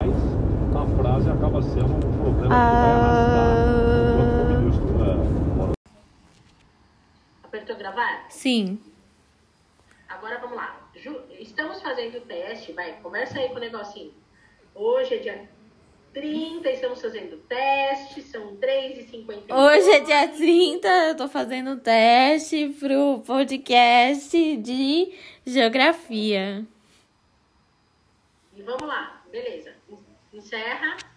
uma Tá, frase acaba sendo um problema que vai arrastar enquanto o Ah, ministro é, Apertou gravar? sim. Agora vamos lá. Ju- estamos fazendo o teste, vai, começa aí com o negocinho. Hoje é dia 30, estamos fazendo o teste, são 3h50. Hoje é dia 30, eu tô fazendo um teste pro podcast de geografia. E vamos lá, beleza. Encerra.